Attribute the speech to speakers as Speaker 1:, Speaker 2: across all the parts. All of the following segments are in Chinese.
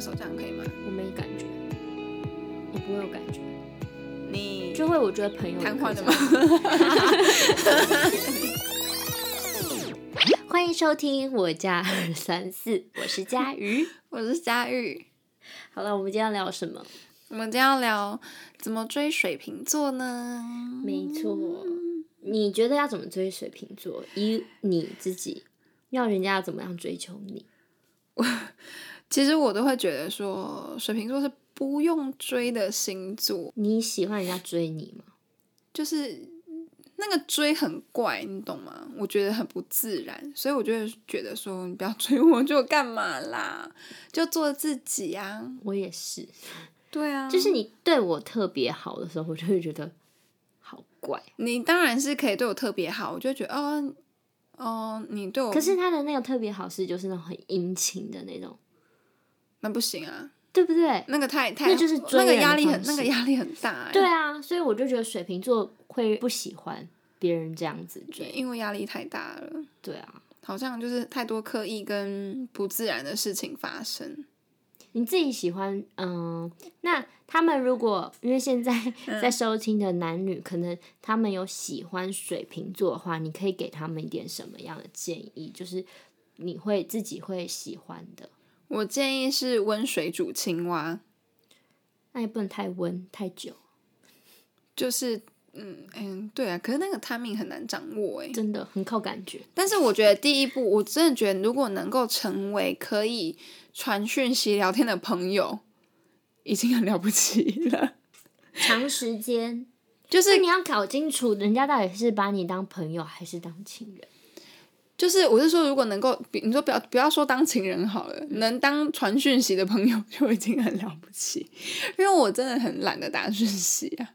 Speaker 1: 手掌可以吗？
Speaker 2: 我没感觉，我不会有感觉，
Speaker 1: 你
Speaker 2: 就会我觉得朋友
Speaker 1: 瘫痪了
Speaker 2: 的
Speaker 1: 吗？
Speaker 2: 欢迎收听我家二三四，我是佳瑜。
Speaker 1: 我是佳玉，
Speaker 2: 好了，我们今天要聊什么？
Speaker 1: 我们今天要聊怎么追水瓶座呢？
Speaker 2: 没错，你觉得要怎么追水瓶座？以你自己，要人家怎么样追求你？
Speaker 1: 其实我都会觉得说，水瓶座是不用追的星座，
Speaker 2: 你喜欢人家追你吗？
Speaker 1: 就是那个追很怪，你懂吗？我觉得很不自然，所以我就会觉得说，你不要追我，就干嘛啦？就做自己啊，
Speaker 2: 我也是，
Speaker 1: 对啊，
Speaker 2: 就是你对我特别好的时候，我就会觉得好怪。
Speaker 1: 你当然是可以对我特别好，我就会觉得哦哦，你对我
Speaker 2: 可是他的那个特别好是就是那种很殷勤的那种，
Speaker 1: 那不行啊，
Speaker 2: 对不对？
Speaker 1: 那个太太
Speaker 2: 那就是追
Speaker 1: 那个
Speaker 2: 人的
Speaker 1: 压力很
Speaker 2: 方式
Speaker 1: 那个压力很大、欸，
Speaker 2: 对啊，所以我就觉得水瓶座会不喜欢别人这样子追。
Speaker 1: 因为压力太大了，
Speaker 2: 对啊，
Speaker 1: 好像就是太多刻意跟不自然的事情发生。
Speaker 2: 你自己喜欢，嗯，那他们如果因为现在
Speaker 1: 嗯
Speaker 2: 在收听的男女，可能他们有喜欢水瓶座的话，你可以给他们一点什么样的建议？就是你会自己会喜欢的，
Speaker 1: 我建议是温水煮青蛙，
Speaker 2: 那也不能太温太久，
Speaker 1: 就是嗯嗯，对啊，可是那个 timing 很难掌握哎、
Speaker 2: 真的很靠感觉。
Speaker 1: 但是我觉得第一步，我真的觉得如果能够成为可以传讯息聊天的朋友，已经很了不起了。
Speaker 2: 长时间，
Speaker 1: 就是
Speaker 2: 所以你要搞清楚人家到底是把你当朋友还是当情人。
Speaker 1: 就是，我是说，如果能够，比你说不要不要说当情人好了，能当传讯息的朋友就已经很了不起，因为我真的很懒得打讯息啊。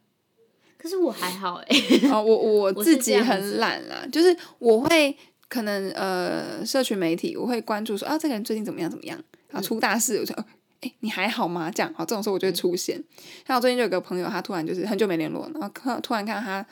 Speaker 2: 可是我还好哎、
Speaker 1: 哦，我我
Speaker 2: 我是
Speaker 1: 自己
Speaker 2: 这样
Speaker 1: 很懒啦，就是我会可能呃，社群媒体我会关注说啊，这个人最近怎么样怎么样
Speaker 2: 嗯
Speaker 1: 啊，出大事，我就。哎、你还好吗？这样哦好，这种时候我就会出现。像我最近就有个朋友，他突然就是很久没联络，然后看突然看到他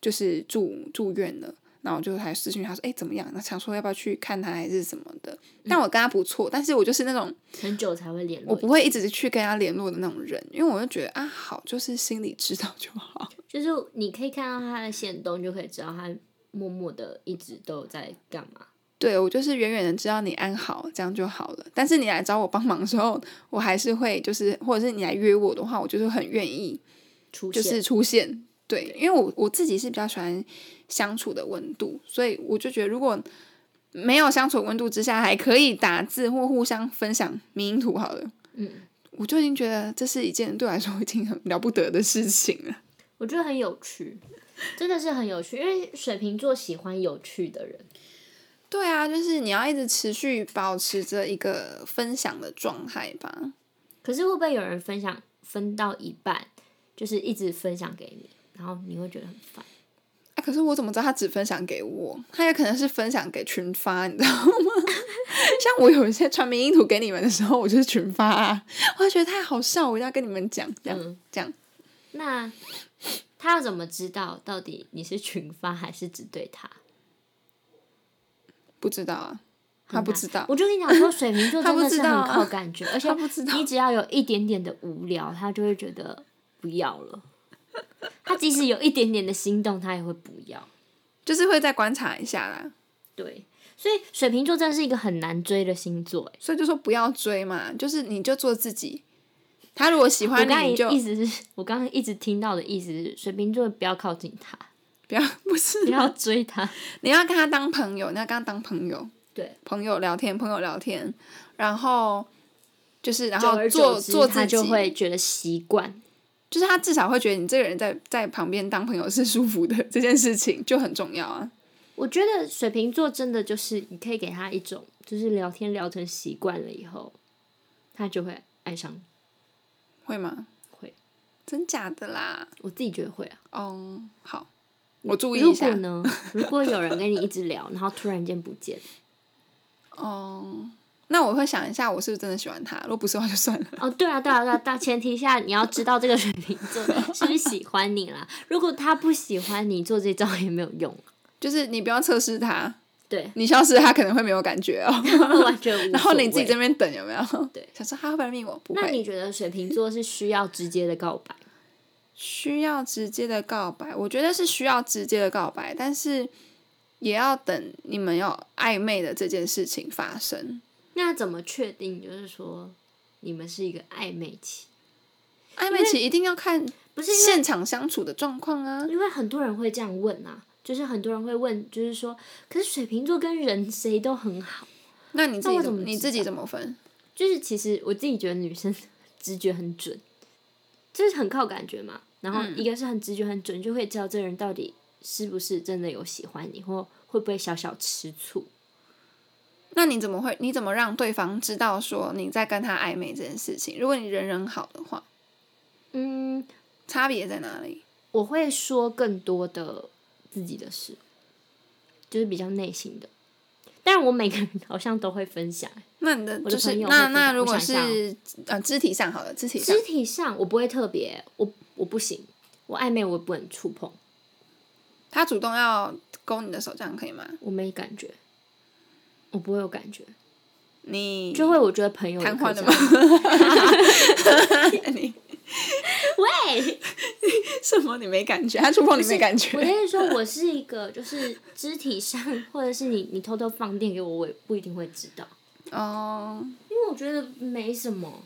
Speaker 1: 就是住住院了，然后我就还私讯他说：“哎、怎么样？”那想说要不要去看他还是什么的。
Speaker 2: 嗯
Speaker 1: 但我跟他不错，但是我就是那种
Speaker 2: 很久才会联络
Speaker 1: 我
Speaker 2: 一次。
Speaker 1: 不会一直去跟他联络的那种人，因为我就觉得啊，好，就是心里知道就好。
Speaker 2: 就是你可以看到他的行动，就可以知道他默默的一直都有在干嘛。
Speaker 1: 对我就是远远的知道你安好，这样就好了。但是你来找我帮忙的时候，我还是会就是，或者是你来约我的话，我就是很愿意
Speaker 2: 出
Speaker 1: 就
Speaker 2: 现
Speaker 1: 是出现。对，因为我我自己是比较喜欢相处的温度，所以我就觉得如果没有相处的温度之下，还可以打字或互相分享迷因图好了，
Speaker 2: 嗯，
Speaker 1: 我就已经觉得这是一件对我来说已经很了不得的事情了。
Speaker 2: 我觉得很有趣，真的是很有趣，因为水瓶座喜欢有趣的人，
Speaker 1: 对啊，就是你要一直持续保持着一个分享的状态吧。
Speaker 2: 可是会不会有人分享分到一半，就是一直分享给你，然后你会觉得很烦？
Speaker 1: 啊，可是我怎么知道他只分享给我？他也可能是分享给群发，你知道吗？ 像我有一些传迷音图给你们的时候，我就是群发、啊，我就觉得太好笑，我一定要跟你们讲，这样、
Speaker 2: 嗯
Speaker 1: 这样。
Speaker 2: 那他要怎么知道到底你是群发还是只对他？
Speaker 1: 不知道啊，他不知道，
Speaker 2: 我就跟你讲说，水瓶 座
Speaker 1: 他
Speaker 2: 真
Speaker 1: 不
Speaker 2: 的
Speaker 1: 知
Speaker 2: 是
Speaker 1: 道啊
Speaker 2: 很靠感 觉，而且
Speaker 1: 他不知道
Speaker 2: 你只要有一点点的无聊，他就会觉得不要了。他即使有一点点的心动，他也会不要。
Speaker 1: 就是会再观察一下啦。
Speaker 2: 对，所以水瓶座真的是一个很难追的星座。欸
Speaker 1: 所以就说不要追嘛，就是你就做自己。他如果喜
Speaker 2: 我
Speaker 1: 欢
Speaker 2: 刚
Speaker 1: 你，
Speaker 2: 才
Speaker 1: 你就
Speaker 2: 意思是我刚刚一直听到的意思是，水瓶座不要靠近他，
Speaker 1: 不要，不是
Speaker 2: 不要追他。
Speaker 1: 你要跟他当朋友，你要跟他当朋友，
Speaker 2: 对，
Speaker 1: 朋友聊天，朋友聊天，然后就是 然
Speaker 2: 久
Speaker 1: 后
Speaker 2: 而
Speaker 1: 做
Speaker 2: 久之，
Speaker 1: 做自己，
Speaker 2: 他就会觉得习惯。
Speaker 1: 就是他至少会觉得你这个人在在旁边当朋友是舒服的，这件事情就很重要啊。
Speaker 2: 我觉得水瓶座真的就是，你可以给他一种，就是聊天聊成习惯了以后，他就会爱上你。
Speaker 1: 会吗？
Speaker 2: 会，
Speaker 1: 真假的啦？
Speaker 2: 我自己觉得会啊。
Speaker 1: 哦、好，我注意
Speaker 2: 如
Speaker 1: 一
Speaker 2: 果
Speaker 1: 下。
Speaker 2: 呢，如果有人跟你一直聊，然后突然间不见，
Speaker 1: 哦、那我会想一下，我是不是真的喜欢他？如果不是的话，就算了。
Speaker 2: 哦，对啊，对啊，对啊，大前提下你要知道这个水瓶座是不是喜欢你啦。如果他不喜欢你，做这招也没有用。啊
Speaker 1: 就是你不要测试他，
Speaker 2: 对，
Speaker 1: 你消失他可能会没有感觉 哦。
Speaker 2: 完 全无所谓。
Speaker 1: 然后你自己这边等有没有？
Speaker 2: 对，
Speaker 1: 想说他会不会命我？不
Speaker 2: 那
Speaker 1: 会，
Speaker 2: 你觉得水瓶座是需要直接的告白？
Speaker 1: 需要直接的告白，我觉得是需要直接的告白，但是也要等你们要暧昧的这件事情发生。
Speaker 2: 那怎么确定？就是说你们是一个暧昧期？
Speaker 1: 暧昧期一定要看
Speaker 2: 不是因为
Speaker 1: 现场相处的状况啊。
Speaker 2: 因为很多人会这样问啊，就是很多人会问，就是说，可是水瓶座跟人谁都很好，
Speaker 1: 那你自己
Speaker 2: 那我
Speaker 1: 怎
Speaker 2: 怎
Speaker 1: 么
Speaker 2: 么
Speaker 1: 你
Speaker 2: 知
Speaker 1: 自己
Speaker 2: 道
Speaker 1: 怎么分？
Speaker 2: 就是其实我自己觉得女生 直觉很准，就是很靠感觉嘛。然后一个是很直觉很准，就会知道这人到底是不是真的有喜欢你，或会不会小小吃醋。
Speaker 1: 那你怎么会？你怎么让对方知道说你在跟他暧昧这件事情？如果你人人好的话，
Speaker 2: 嗯，
Speaker 1: 差别在哪里？
Speaker 2: 我会说更多的自己的事，就是比较内心的。但我每个人好像都会分享，
Speaker 1: 那你的
Speaker 2: 的
Speaker 1: 就是
Speaker 2: 朋友
Speaker 1: 那
Speaker 2: 会
Speaker 1: 那
Speaker 2: 分享
Speaker 1: 如果
Speaker 2: 我想一
Speaker 1: 是呃肢体上好了，肢体上
Speaker 2: 肢体上我不会特别，我我不行，我暧昧我不能触碰，
Speaker 1: 他主动要勾你的手，这样可以吗？
Speaker 2: 我没感觉，我不会有感觉，
Speaker 1: 你
Speaker 2: 就会我觉得朋友也
Speaker 1: 瘫
Speaker 2: 可
Speaker 1: 痪了
Speaker 2: 以这
Speaker 1: 吗
Speaker 2: 样？
Speaker 1: 你
Speaker 2: 喂，
Speaker 1: 什么？你没感觉？他触碰你没感
Speaker 2: 我的
Speaker 1: 觉？
Speaker 2: 意思说，我是一个就是肢体上，或者是你你偷偷放电给我，我也不一定会知道，
Speaker 1: 哦，
Speaker 2: 因为我觉得没什么。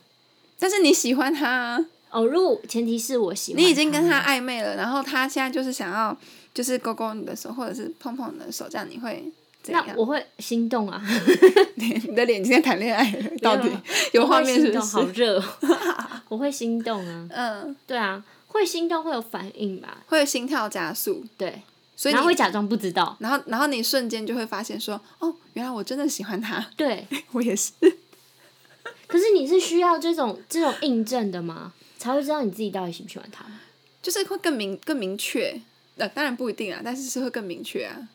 Speaker 1: 但是你喜欢他啊，
Speaker 2: 哦，如果前提是我喜欢，
Speaker 1: 你已经跟他暧昧了，然后他现在就是想要就是勾勾你的手，或者是碰碰你的手，这样你会怎样
Speaker 2: 那？我会心动啊，
Speaker 1: 你的脸今天谈恋爱了到底 有画面是不
Speaker 2: 我啊会心动好
Speaker 1: 是？
Speaker 2: 热、哦， 我会心动啊，
Speaker 1: 嗯，
Speaker 2: 对啊，会心动会有反应吧，
Speaker 1: 会有心跳加速，
Speaker 2: 对，
Speaker 1: 所以
Speaker 2: 然后
Speaker 1: 你
Speaker 2: 会假装不知道，
Speaker 1: 然后然后你瞬间就会发现说，哦，原来我真的喜欢 他，
Speaker 2: 对。
Speaker 1: 我也是。
Speaker 2: 可是你是需要这种这种印证的吗？才会知道你自己到底喜不喜欢他吗？
Speaker 1: 就是会更明更明确。呃，当然不一定啊，但是是会更明确啊。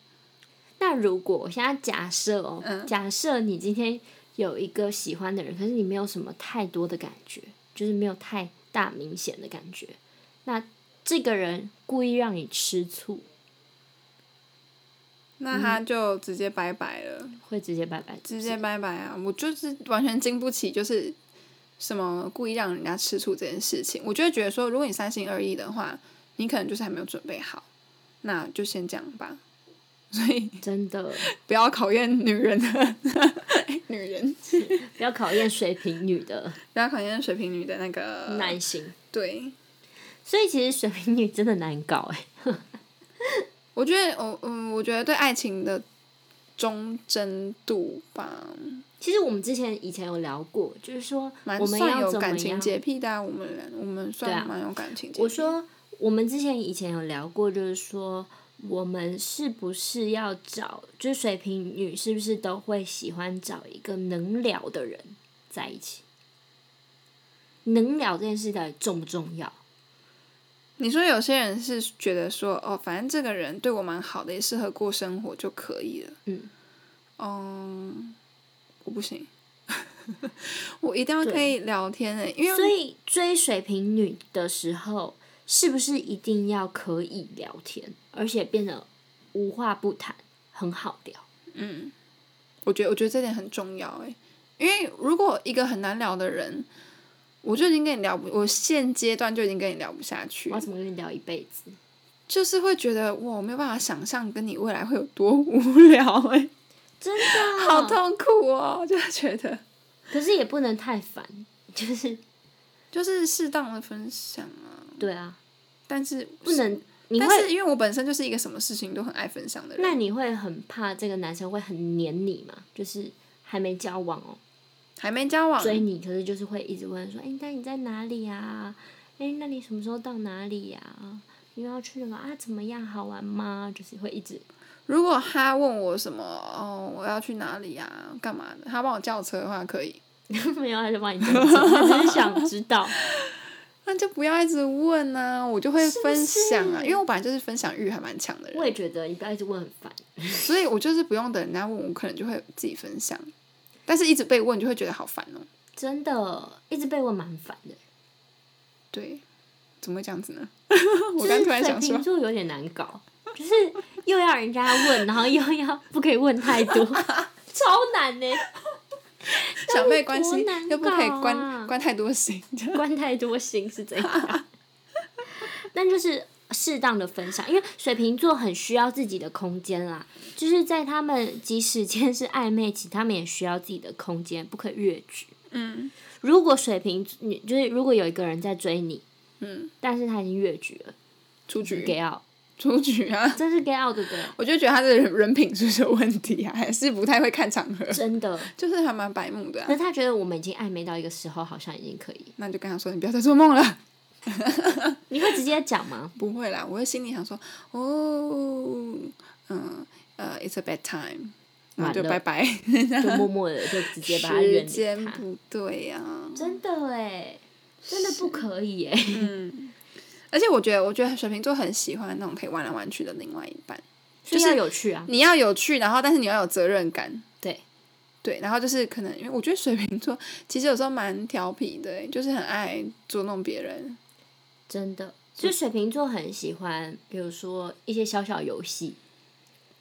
Speaker 2: 那如果我现在假设哦，
Speaker 1: 嗯
Speaker 2: 假设你今天有一个喜欢的人，可是你没有什么太多的感觉，就是没有太大明显的感觉，那这个人故意让你吃醋，
Speaker 1: 那他
Speaker 2: 嗯
Speaker 1: 就直接拜拜了，
Speaker 2: 会直接拜拜，
Speaker 1: 直接拜拜啊！我就是完全经不起，就是什么故意让人家吃醋这件事情。我就会觉得说，如果你三心二意的话，你可能就是还没有准备好，那就先这样吧。所以
Speaker 2: 真的
Speaker 1: 不要考验女人的 女人，
Speaker 2: 不要考验水瓶女的
Speaker 1: 不要考验水瓶女的那个
Speaker 2: 耐心。
Speaker 1: 嗯对，
Speaker 2: 所以其实水瓶女真的难搞哎、
Speaker 1: 我觉得我嗯，我觉得对爱情的忠贞度吧，
Speaker 2: 其实我们之前以前有聊过，就是说
Speaker 1: 蛮
Speaker 2: 我们
Speaker 1: 算
Speaker 2: 要
Speaker 1: 有
Speaker 2: 怎么
Speaker 1: 感情
Speaker 2: 样
Speaker 1: 洁癖的、啊，我们人我们
Speaker 2: 对
Speaker 1: 算
Speaker 2: 啊
Speaker 1: 蛮有感情洁癖。
Speaker 2: 我说，我们之前以前有聊过，就是说，我们是不是要找，就是水瓶女是不是都会喜欢找一个能聊的人在一起？能聊这件事到底重不重要？
Speaker 1: 你说有些人是觉得说哦，反正这个人对我蛮好的，也适合过生活就可以了。
Speaker 2: 嗯，
Speaker 1: 嗯，我不行， 我一定要可以聊天诶、因为
Speaker 2: 所以追水瓶女的时候，是不是一定要可以聊天，而且变得无话不谈，很好聊？
Speaker 1: 我觉得我觉得这点很重要诶、因为如果一个很难聊的人，我就已经跟你聊不，我现阶段就已经跟你聊不下去
Speaker 2: 我要。怎么跟你聊一辈子？
Speaker 1: 就是会觉得哇，我没有办法想象跟你未来会有多无聊哎、
Speaker 2: 真的
Speaker 1: 好痛苦哦，就是觉得
Speaker 2: 可是也不能太烦，就是
Speaker 1: 就是适当的分享啊，
Speaker 2: 对啊，
Speaker 1: 但是
Speaker 2: 不，能，你
Speaker 1: 但
Speaker 2: 会，
Speaker 1: 是因为我本身就是一个什么事情都很爱分享的人，
Speaker 2: 那你会很怕这个男生会很黏你嘛？就是还没交往哦，
Speaker 1: 还没交往，
Speaker 2: 追你，可是就是会一直问说，哎、那你在哪里呀、啊？哎、那你什么时候到哪里呀、你要去那个啊？怎么样？好玩吗？就是会一直，
Speaker 1: 如果他问我什么哦，我要去哪里啊，干嘛的，他帮我叫车的话可以，
Speaker 2: 没有，他就帮你讲解，他只是想知 道。
Speaker 1: 那就不要一直问啊，我就会
Speaker 2: 是不
Speaker 1: 分享啊，
Speaker 2: 是
Speaker 1: 因为我本来就是分享欲还蛮强的人，
Speaker 2: 我也觉得你不要一直问，很烦。
Speaker 1: 所以我就是不用等人家问我，可能就会自己分享，但是一直被问就会觉得好烦哦。
Speaker 2: 真的，一直被问蛮烦的。
Speaker 1: 对，怎么会这样子呢？
Speaker 2: 就
Speaker 1: 我
Speaker 2: 是
Speaker 1: 刚突然
Speaker 2: 水
Speaker 1: 想说
Speaker 2: 瓶，座有点难搞，就是又要人家问，然后又要不可以问太 多，超难欸呢、
Speaker 1: 小妹关系
Speaker 2: 哎多难
Speaker 1: 又不可以
Speaker 2: 搞
Speaker 1: 关、
Speaker 2: 啊
Speaker 1: 关太多心，这样
Speaker 2: 关太多心是怎样？但就是适当的分享，因为水瓶座很需要自己的空间啦，就是在他们即使间是暧昧期，他们也需要自己的空间，不可以越矩。
Speaker 1: 嗯，
Speaker 2: 如果水瓶，你就是如果有一个人在追你，
Speaker 1: 嗯，
Speaker 2: 但是他已经越矩了，
Speaker 1: 出局
Speaker 2: 给啊 out，
Speaker 1: 出局啊！
Speaker 2: 这是 get out 对不对？
Speaker 1: 我就觉得他的人人品是不是有问题啊？还是不太会看场合，
Speaker 2: 真的，
Speaker 1: 就是还蛮白目的啊、
Speaker 2: 可是他觉得我们已经暧昧到一个时候，好像已经可以，
Speaker 1: 那就跟他说，你不要再做梦了。
Speaker 2: 你会直接讲吗？
Speaker 1: 不会啦，我会心里想说，哦，嗯呃，it's a bad time，然后就
Speaker 2: 完
Speaker 1: 拜
Speaker 2: 了
Speaker 1: 拜，
Speaker 2: 就默默的就直接把他
Speaker 1: 时
Speaker 2: 远离
Speaker 1: 间
Speaker 2: 他，
Speaker 1: 不对啊呀、
Speaker 2: 真的哎，真的不可以哎。
Speaker 1: 而且我觉得，我觉得水瓶座很喜欢那种可以玩来玩去的另外一半。
Speaker 2: 就是要有趣啊，
Speaker 1: 你要有趣，然后但是你要有责任感。
Speaker 2: 对
Speaker 1: 对，然后就是可能，因为我觉得水瓶座其实有时候蛮调皮的欸，就是很爱捉弄别人。
Speaker 2: 真的。就水瓶座很喜欢，比如说一些小小游戏，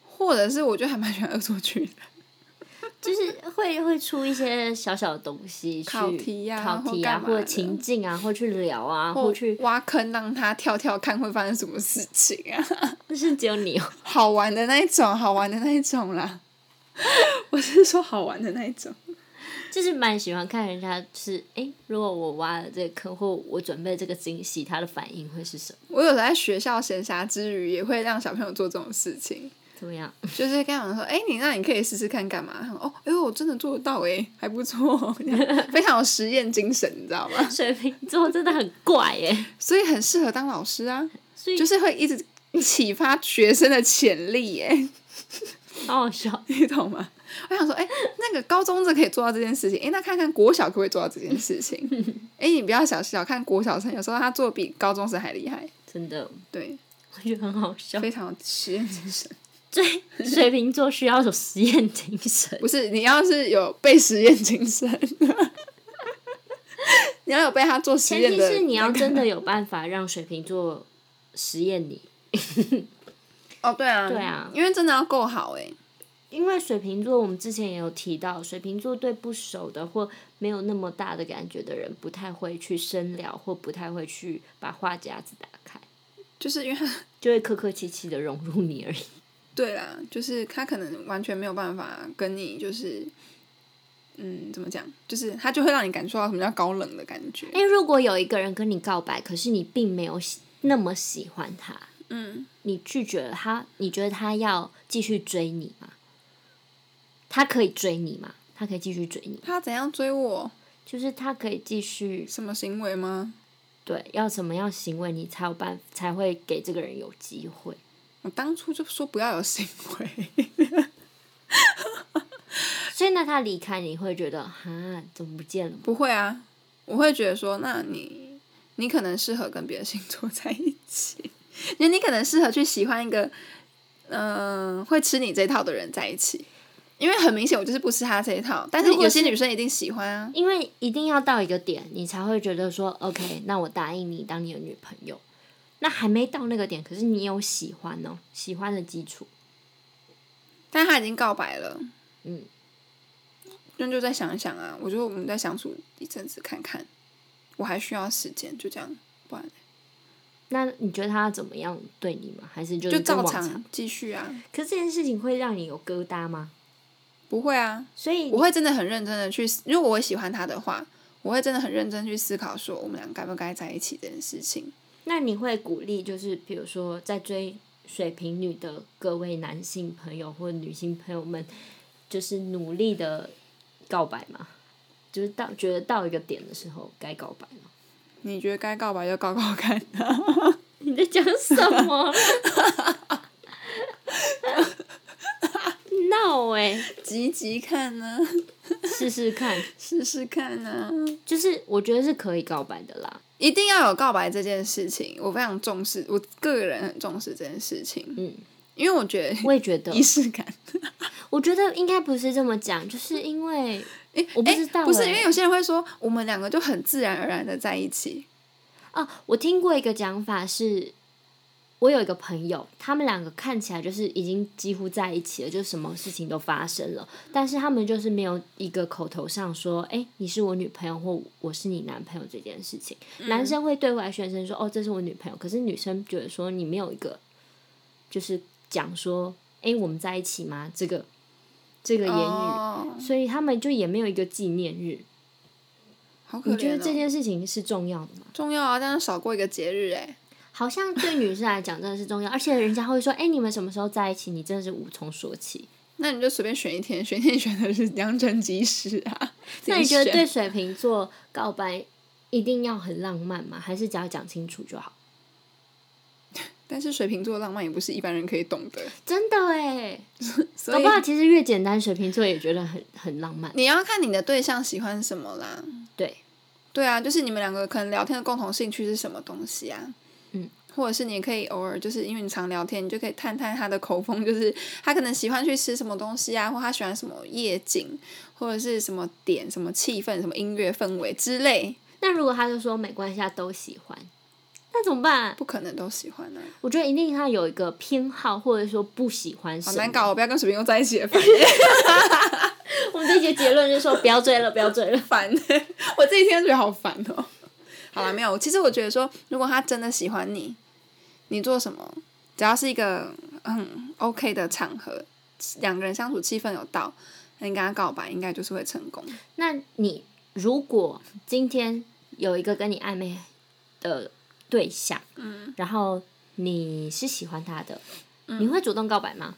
Speaker 1: 或者是我觉得还蛮喜欢恶作剧的，
Speaker 2: 就是会会出一些小小的东西去
Speaker 1: 考题呀
Speaker 2: 考题啊
Speaker 1: 或干嘛
Speaker 2: 或者
Speaker 1: 的
Speaker 2: 情境啊，或去聊啊，或去，
Speaker 1: 挖坑让他跳跳看会发生什么事情啊，
Speaker 2: 不是只有你哦，
Speaker 1: 好玩的那一种，好玩的那一种啦。 我是说好玩的那一种，
Speaker 2: 就是蛮喜欢看人家，就是诶，如果我挖了这个坑，或我准备这个惊喜，他的反应会是什么？
Speaker 1: 我有时候在学校闲暇之余也会让小朋友做这种事情。
Speaker 2: 怎么 样？
Speaker 1: 就是跟他们说，哎、你那你可以试试看干嘛？他说哦，哎呦，我真的做得到哎、还不错，这样非常有实验精神，你知道吗？
Speaker 2: 水瓶座真的很怪欸耶、
Speaker 1: 所以很适合当老师啊，
Speaker 2: 所以
Speaker 1: 就是会一直启发学生的潜力耶、
Speaker 2: 好好笑。
Speaker 1: 你懂吗？我想说，哎、那个高中生可以做到这件事情，哎、那看看国小可不可以做到这件事情？哎、你不要小小看国小生，有时候他做得比高中生还厉害，
Speaker 2: 真的，
Speaker 1: 对，
Speaker 2: 我觉得很好笑。
Speaker 1: 非常有实验精神。
Speaker 2: 对，水瓶座需要有实验精神。
Speaker 1: 不是，你要是有被实验精神， 你要有被他做实
Speaker 2: 前
Speaker 1: 验
Speaker 2: 提
Speaker 1: 的，
Speaker 2: 是你要真的有办法让水瓶座实验你，
Speaker 1: 哦，对啊，
Speaker 2: 对啊
Speaker 1: 因为真的要够好哎、
Speaker 2: 因为水瓶座我们之前也有提到，水瓶座对不熟的或没有那么大的感觉的人，不太会去深聊，或不太会去把话匣子打开，
Speaker 1: 就是因为他
Speaker 2: 就会客客气气的融入你而已。
Speaker 1: 对啦，就是他可能完全没有办法跟你就是。嗯，怎么讲？就是他就会让你感受到什么叫高冷的感觉。
Speaker 2: 哎，如果有一个人跟你告白，可是你并没有喜那么喜欢他，
Speaker 1: 嗯，
Speaker 2: 你拒绝了他，你觉得他要继续追你吗？他可以追你吗？他可以继续追你吗，
Speaker 1: 他怎样追我？
Speaker 2: 就是他可以继续
Speaker 1: 什么行为吗？
Speaker 2: 对，要怎么样行为你才有办，才会给这个人有机会？
Speaker 1: 我当初就说不要有行为。
Speaker 2: 所以那他离开你会觉得，哈，怎么不见了？
Speaker 1: 不会啊，我会觉得说，那你你可能适合跟别的星座在一起，因为你可能适合去喜欢一个，嗯、会吃你这套的人在一起，因为很明显我就是不吃他这一套，但是
Speaker 2: 如果
Speaker 1: 有些
Speaker 2: 是
Speaker 1: 女生一定喜欢啊，
Speaker 2: 因为一定要到一个点，你才会觉得说，OK，那我答应你当你的女朋友。那还没到那个点，可是你有喜欢哦，喜欢的基础，
Speaker 1: 但他已经告白了，
Speaker 2: 嗯，
Speaker 1: 那就再想一想啊，我觉得我们再相处一阵子看看，我还需要时间，就这样，不然
Speaker 2: 那你觉得他怎么样对你吗？还是就是
Speaker 1: 就
Speaker 2: 跟
Speaker 1: 照
Speaker 2: 往
Speaker 1: 常？继续啊，
Speaker 2: 可是这件事情会让你有疙瘩吗？
Speaker 1: 不会啊，
Speaker 2: 所以
Speaker 1: 我会真的很认真的去思，如果我喜欢他的话，我会真的很认真去思考说我们俩该不该在一起这件事情。
Speaker 2: 那你会鼓励，就是比如说在追水瓶女的各位男性朋友或女性朋友们，就是努力的告白吗？就是到觉得到一个点的时候该告白吗？
Speaker 1: 你觉得该告白就告告看，啊
Speaker 2: 你在讲什么？ 闹哎、
Speaker 1: 急急看呢、
Speaker 2: 试试看，
Speaker 1: 试试看啊呢、
Speaker 2: 就是我觉得是可以告白的啦。
Speaker 1: 一定要有告白这件事情，我非常重视，我个人很重视这件事情，
Speaker 2: 嗯，
Speaker 1: 因为我觉得
Speaker 2: 我也觉得
Speaker 1: 仪，式感。
Speaker 2: 我觉得应该不是这么讲，就是因为
Speaker 1: 诶
Speaker 2: 我不知道
Speaker 1: 诶不是
Speaker 2: 欸
Speaker 1: 因为有些人会说我们两个就很自然而然的在一起，
Speaker 2: 哦，我听过一个讲法是，我有一个朋友，他们两个看起来就是已经几乎在一起了，就什么事情都发生了，但是他们就是没有一个口头上说，哎、你是我女朋友或我是你男朋友这件事情。男生会对外宣称说，哦，这是我女朋友，可是女生觉得说你没有一个，就是讲说，哎、我们在一起吗？这个这个言语，
Speaker 1: 哦
Speaker 2: 所以他们就也没有一个纪念日。
Speaker 1: 好可怜、哦。
Speaker 2: 你觉得这件事情是重要的吗？
Speaker 1: 重要啊，但是少过一个节日哎、
Speaker 2: 好像对女生来讲真的是重要，而且人家会说：“哎、你们什么时候在一起？”你真的是无从说起。
Speaker 1: 那你就随便选一天，选一天选的是良辰吉时啊。
Speaker 2: 那你觉得
Speaker 1: 自己选
Speaker 2: 对水瓶座告白一定要很浪漫吗？还是只要讲清楚就好？
Speaker 1: 但是水瓶座的浪漫也不是一般人可以懂的，
Speaker 2: 真的哎，
Speaker 1: 所
Speaker 2: 搞
Speaker 1: 以
Speaker 2: 不好其实越简单，水瓶座也觉得很很浪漫。
Speaker 1: 你要看你的对象喜欢什么啦。
Speaker 2: 对，
Speaker 1: 对啊，就是你们两个可能聊天的共同兴趣是什么东西啊？
Speaker 2: 嗯，
Speaker 1: 或者是你可以偶尔就是因为你常聊天，你就可以探探他的口风，就是他可能喜欢去吃什么东西啊，或他喜欢什么夜景，或者是什么点、什么气氛、什么音乐氛围之类，
Speaker 2: 那如果他就说没关系，他啊都喜欢， 那怎么办？
Speaker 1: 不可能都喜欢啊，
Speaker 2: 我觉得一定他有一个偏好，或者说不喜欢什
Speaker 1: 好
Speaker 2: 么。
Speaker 1: 难搞哦，不要跟水瓶座在一起，烦
Speaker 2: 我们这一节结论就是说，不要追了，不要追了。
Speaker 1: 烦，我自己听都觉得好烦哦。好了，没有，其实我觉得说，如果他真的喜欢你，你做什么，只要是一个嗯 OK 的场合，两个人相处气氛有到，那你跟他告白，应该就是会成功。
Speaker 2: 那你如果今天有一个跟你暧昧的对象，嗯，然后你是喜欢他的，
Speaker 1: 嗯
Speaker 2: 你会主动告白吗？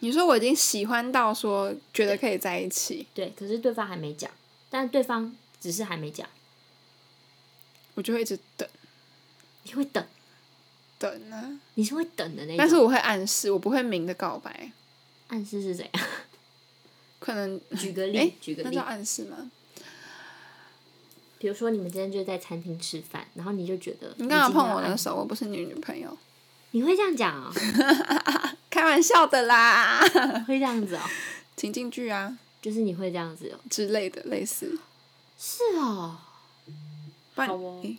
Speaker 1: 你说我已经喜欢到说觉得可以在一起，
Speaker 2: 对，可是对方还没讲，但对方只是还没讲，
Speaker 1: 我就会一直等
Speaker 2: 你会等，
Speaker 1: 等啊，
Speaker 2: 你是会等的那种。
Speaker 1: 但是我会暗示，我不会明的告白，
Speaker 2: 暗示是怎样？
Speaker 1: 可能
Speaker 2: 举个例，
Speaker 1: 哎，
Speaker 2: 举个
Speaker 1: 那
Speaker 2: 例
Speaker 1: 叫，暗示吗？
Speaker 2: 比如说你们今天就在餐厅吃饭，然后你就觉得
Speaker 1: 你干嘛
Speaker 2: 今天
Speaker 1: 碰
Speaker 2: 要
Speaker 1: 我
Speaker 2: 暗
Speaker 1: 的？手？我不是你女朋友，
Speaker 2: 你会这样讲哦，
Speaker 1: 开玩笑的啦，
Speaker 2: 会这样子哦，
Speaker 1: 情境剧啊。
Speaker 2: 就是你会这样子哦，
Speaker 1: 之类的，类似。
Speaker 2: 是哦。
Speaker 1: 不然
Speaker 2: 好哦
Speaker 1: 你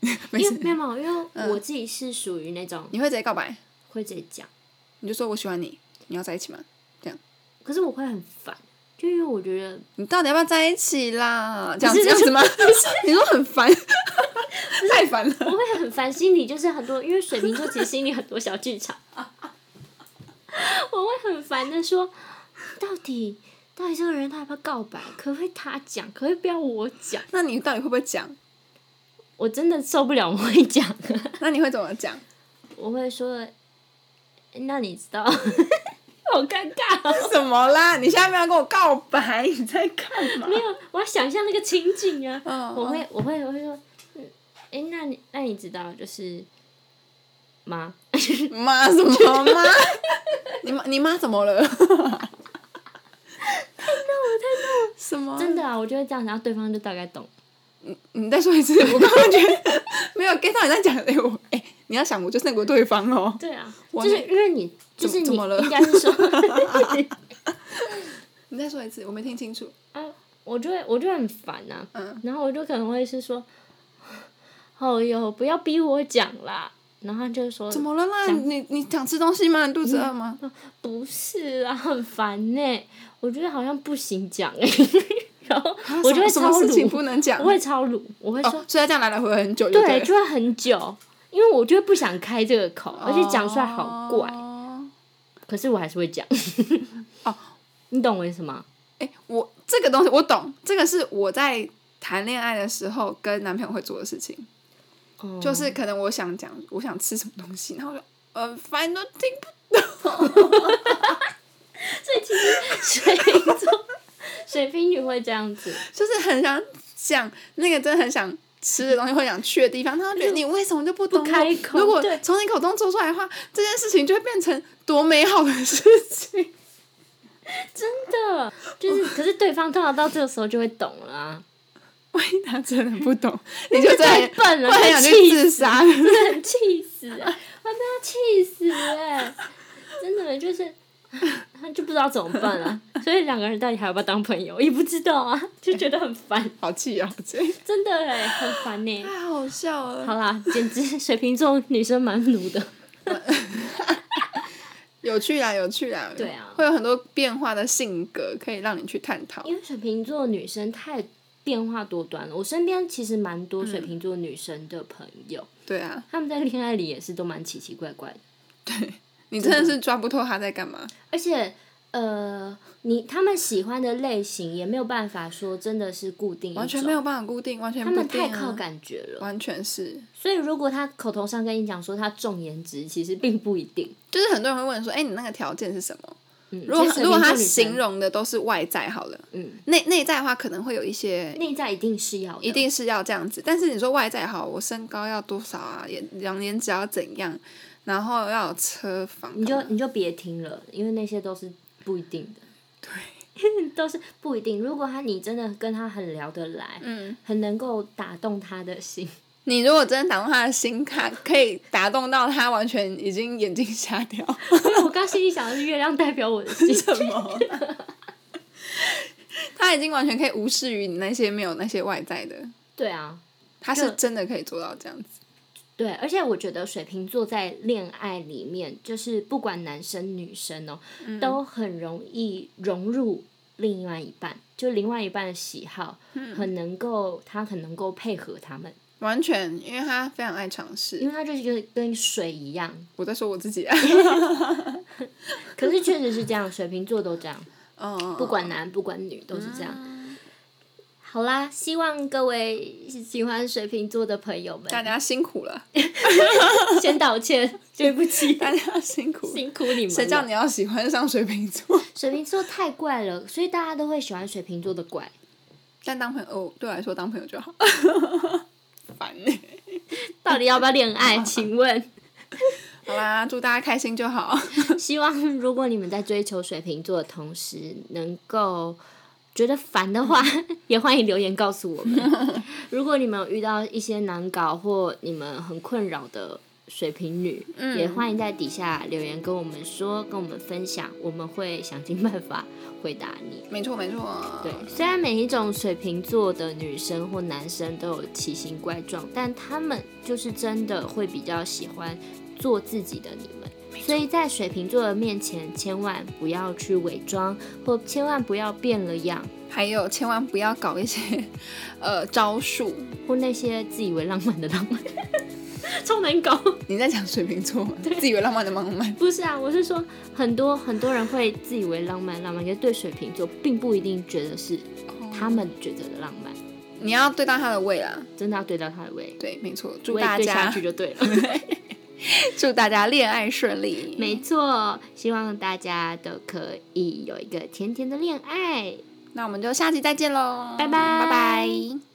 Speaker 1: 没
Speaker 2: 因
Speaker 1: 事嗯
Speaker 2: 为没有没有，因为我自己是属于那种
Speaker 1: 你会直接告白，
Speaker 2: 会直接讲，
Speaker 1: 你就说我喜欢你，你要在一起吗？
Speaker 2: 可是我会很烦，就因为我觉得
Speaker 1: 你到底要不要在一起啦？这样
Speaker 2: 不
Speaker 1: 子
Speaker 2: 是
Speaker 1: 这样子吗？你说很烦，太烦了。
Speaker 2: 我会很烦，心里就是很多，因为水瓶座其实心里很多小剧场， 我会很烦的说，到底到底这个人他要不要告白？可不可以他讲？可不可以不要我讲？
Speaker 1: 那你到底会不会讲？
Speaker 2: 我真的受不了，我会讲，
Speaker 1: 那你会怎么讲？
Speaker 2: 我会说，那你知道， 好尴尬哦、
Speaker 1: 什么啦？你现在没有跟我告白，你在干嘛
Speaker 2: 没？有，我要想象那个情景啊。
Speaker 1: 嗯
Speaker 2: 我会，我会，我会说，哎、诶那你，那你知道就是吗？
Speaker 1: 妈什 么妈？你妈你妈怎 么了？太闹了，太闹！什么？
Speaker 2: 真的啊，我就会这样，然后对方就大概懂。
Speaker 1: 你再说 一次，我刚刚觉得没有 get 到你在讲哎、我哎、你要想我就是那个对方哦，
Speaker 2: 对啊，
Speaker 1: 我
Speaker 2: 就是因为你，就
Speaker 1: 怎
Speaker 2: 是你
Speaker 1: 怎么了
Speaker 2: 应该是说，
Speaker 1: 你再说一次，我没听清楚。
Speaker 2: 啊，我就会，我就会很烦呐、啊。
Speaker 1: 嗯，
Speaker 2: 然后我就可能会是说，哦哟，不要逼我讲啦。然后他就说，
Speaker 1: 怎么了啦？你你想嗯吃东西吗？你肚子饿吗？
Speaker 2: 不是啊，很烦呢、我觉得好像不行讲哎、 然后
Speaker 1: 啊
Speaker 2: 我就 会
Speaker 1: 什么
Speaker 2: 超
Speaker 1: 什么事情
Speaker 2: 鲁，
Speaker 1: 不能讲？
Speaker 2: 我会超鲁，我会说。
Speaker 1: 哦，所以他这样来来回回很久就
Speaker 2: 对，
Speaker 1: 了
Speaker 2: 就会很久，因为我就会不想开这个口，而且讲出来好怪，
Speaker 1: 哦
Speaker 2: 可是我还是会讲。
Speaker 1: 哦，
Speaker 2: 你懂我意思吗？
Speaker 1: 哎、我这个东西我懂，这个是我在谈恋爱的时候跟男朋友会做的事情，
Speaker 2: 哦
Speaker 1: 就是可能我想讲我想吃什么东西，然后我就呃，反正都听不。
Speaker 2: 所以其实水瓶座、水瓶女会这样子，
Speaker 1: 就是很想讲那个真的很想吃的东西，或想去的地方，他会觉得你为什么就不懂我？
Speaker 2: 不开口
Speaker 1: 如果
Speaker 2: 对
Speaker 1: 从你口中做出来的话，这件事情就会变成多美好的事情。
Speaker 2: 真的就是，可是对方通常到这个时候就会懂了、啊，
Speaker 1: 万一他真的不懂，你就真的
Speaker 2: 太笨了，
Speaker 1: 会很想去
Speaker 2: 气死
Speaker 1: 自杀。
Speaker 2: 真的很气死、欸，我被他气死哎、真的就是就不知道怎么办了、所以两个人到底还要不要当朋友，也不知道啊，就觉得很烦，
Speaker 1: 好气啊！好气，
Speaker 2: 真的哎，很烦呢。
Speaker 1: 太好笑了。
Speaker 2: 好啦，简直水瓶座女生蛮奴的。
Speaker 1: 有趣啦，有趣啦。
Speaker 2: 对啊
Speaker 1: 会有很多变化的性格可以让你去探讨。
Speaker 2: 因为水瓶座女生太变化多端了，我身边其实蛮多
Speaker 1: 嗯
Speaker 2: 水瓶座女生的朋友，
Speaker 1: 对啊，
Speaker 2: 她们在恋爱里也是都蛮奇奇怪怪的，
Speaker 1: 你真的是抓不透他在干嘛。
Speaker 2: 而且呃，你她们喜欢的类型也没有办法说真的是固定一种，
Speaker 1: 完全没有办法固定，完全
Speaker 2: 她
Speaker 1: 不
Speaker 2: 们
Speaker 1: 定、
Speaker 2: 太
Speaker 1: 啊、
Speaker 2: 靠感觉了。
Speaker 1: 完全是，
Speaker 2: 所以如果她口头上跟你讲说她重颜值，其实并不一定。
Speaker 1: 就是很多人会问说，哎、你那个条件是什么？
Speaker 2: 嗯，
Speaker 1: 如果
Speaker 2: 其实水
Speaker 1: 如果
Speaker 2: 瓶座
Speaker 1: 他
Speaker 2: 女生
Speaker 1: 形容的都是外在好了，
Speaker 2: 嗯
Speaker 1: 内内在的话可能会有一些，
Speaker 2: 内在一定是要的
Speaker 1: 一定是要这样子。但是你说外在好，我身高要多少啊？也两年只要怎样？然后要有车房干嘛，
Speaker 2: 你就你就别听了，因为那些都是不一定的。对， 都是不一定。如果他你真的跟他很聊得来，
Speaker 1: 嗯，
Speaker 2: 很能够打动他的心，
Speaker 1: 你如果真的打动他的心，他可以打动到他完全已经眼睛瞎掉。
Speaker 2: 因为我刚心里想的是月亮代表我的心，
Speaker 1: 什么？他已经完全可以无视于你那些没有那些外在的，
Speaker 2: 对啊，
Speaker 1: 他是真的可以做到这样子。
Speaker 2: 对，而且我觉得水瓶座在恋爱里面，就是不管男生女生哦，都很容易融入另外一半，就另外一半的喜好，很能够他很能够配合他们，
Speaker 1: 完全，因为他非常爱尝试
Speaker 2: 因。为他就是跟跟水一样，
Speaker 1: 我在说我 自己、啊，
Speaker 2: 可是确实是这样，水瓶座都这样，
Speaker 1: 嗯，
Speaker 2: 不管男不管女都是这样。好啦，希望各位喜欢水瓶座的朋友们
Speaker 1: 大家辛苦 了，
Speaker 2: 先道歉，对 不起，
Speaker 1: 大家辛苦了。
Speaker 2: 辛苦你们了。
Speaker 1: 谁叫你要喜欢上水瓶座？
Speaker 2: 水瓶座太怪了，所以大家都会喜欢水瓶座的怪。
Speaker 1: 但当朋友，哦对我来说当朋友就好。 烦欸呢、
Speaker 2: 到底要不要 恋爱？请问，
Speaker 1: 好啦，祝大家开心就 好。
Speaker 2: 希望如果你们在追求水瓶座的同时，能够觉得烦的话， 也欢迎留言告诉我们。如果你们有遇到一些难搞或你们很困扰的水瓶女，也欢迎在底下留言跟我们说，跟我们分享，我们会想尽办法回答你。
Speaker 1: 没错，没错。
Speaker 2: 对，虽然每一种水瓶座的女生或男生都有奇形怪状，但他们就是真的会比较喜欢做自己的你们。所以在水瓶座的面前，千万不要去伪装，或千万不要变了样，
Speaker 1: 还有，千万不要搞一些 呃招数。
Speaker 2: 或那些自以为浪漫的浪漫， 超难搞。
Speaker 1: 你在讲水瓶 座吗？自以为浪漫的浪漫。
Speaker 2: 不是啊，我是说很多很多人会自以为浪漫浪漫，可是对水瓶座并不一定觉得是他们觉得的浪漫，
Speaker 1: 你要对到他的胃啦。
Speaker 2: 真的要对到他的位。
Speaker 1: 对，没错。祝
Speaker 2: 胃
Speaker 1: 大
Speaker 2: 对下
Speaker 1: 家
Speaker 2: 去就对了。
Speaker 1: 祝大家 恋爱顺利。
Speaker 2: 没错，希望大家都可以有一个甜甜的恋爱。
Speaker 1: 那我们就下期再见喽，
Speaker 2: 拜拜
Speaker 1: 拜拜。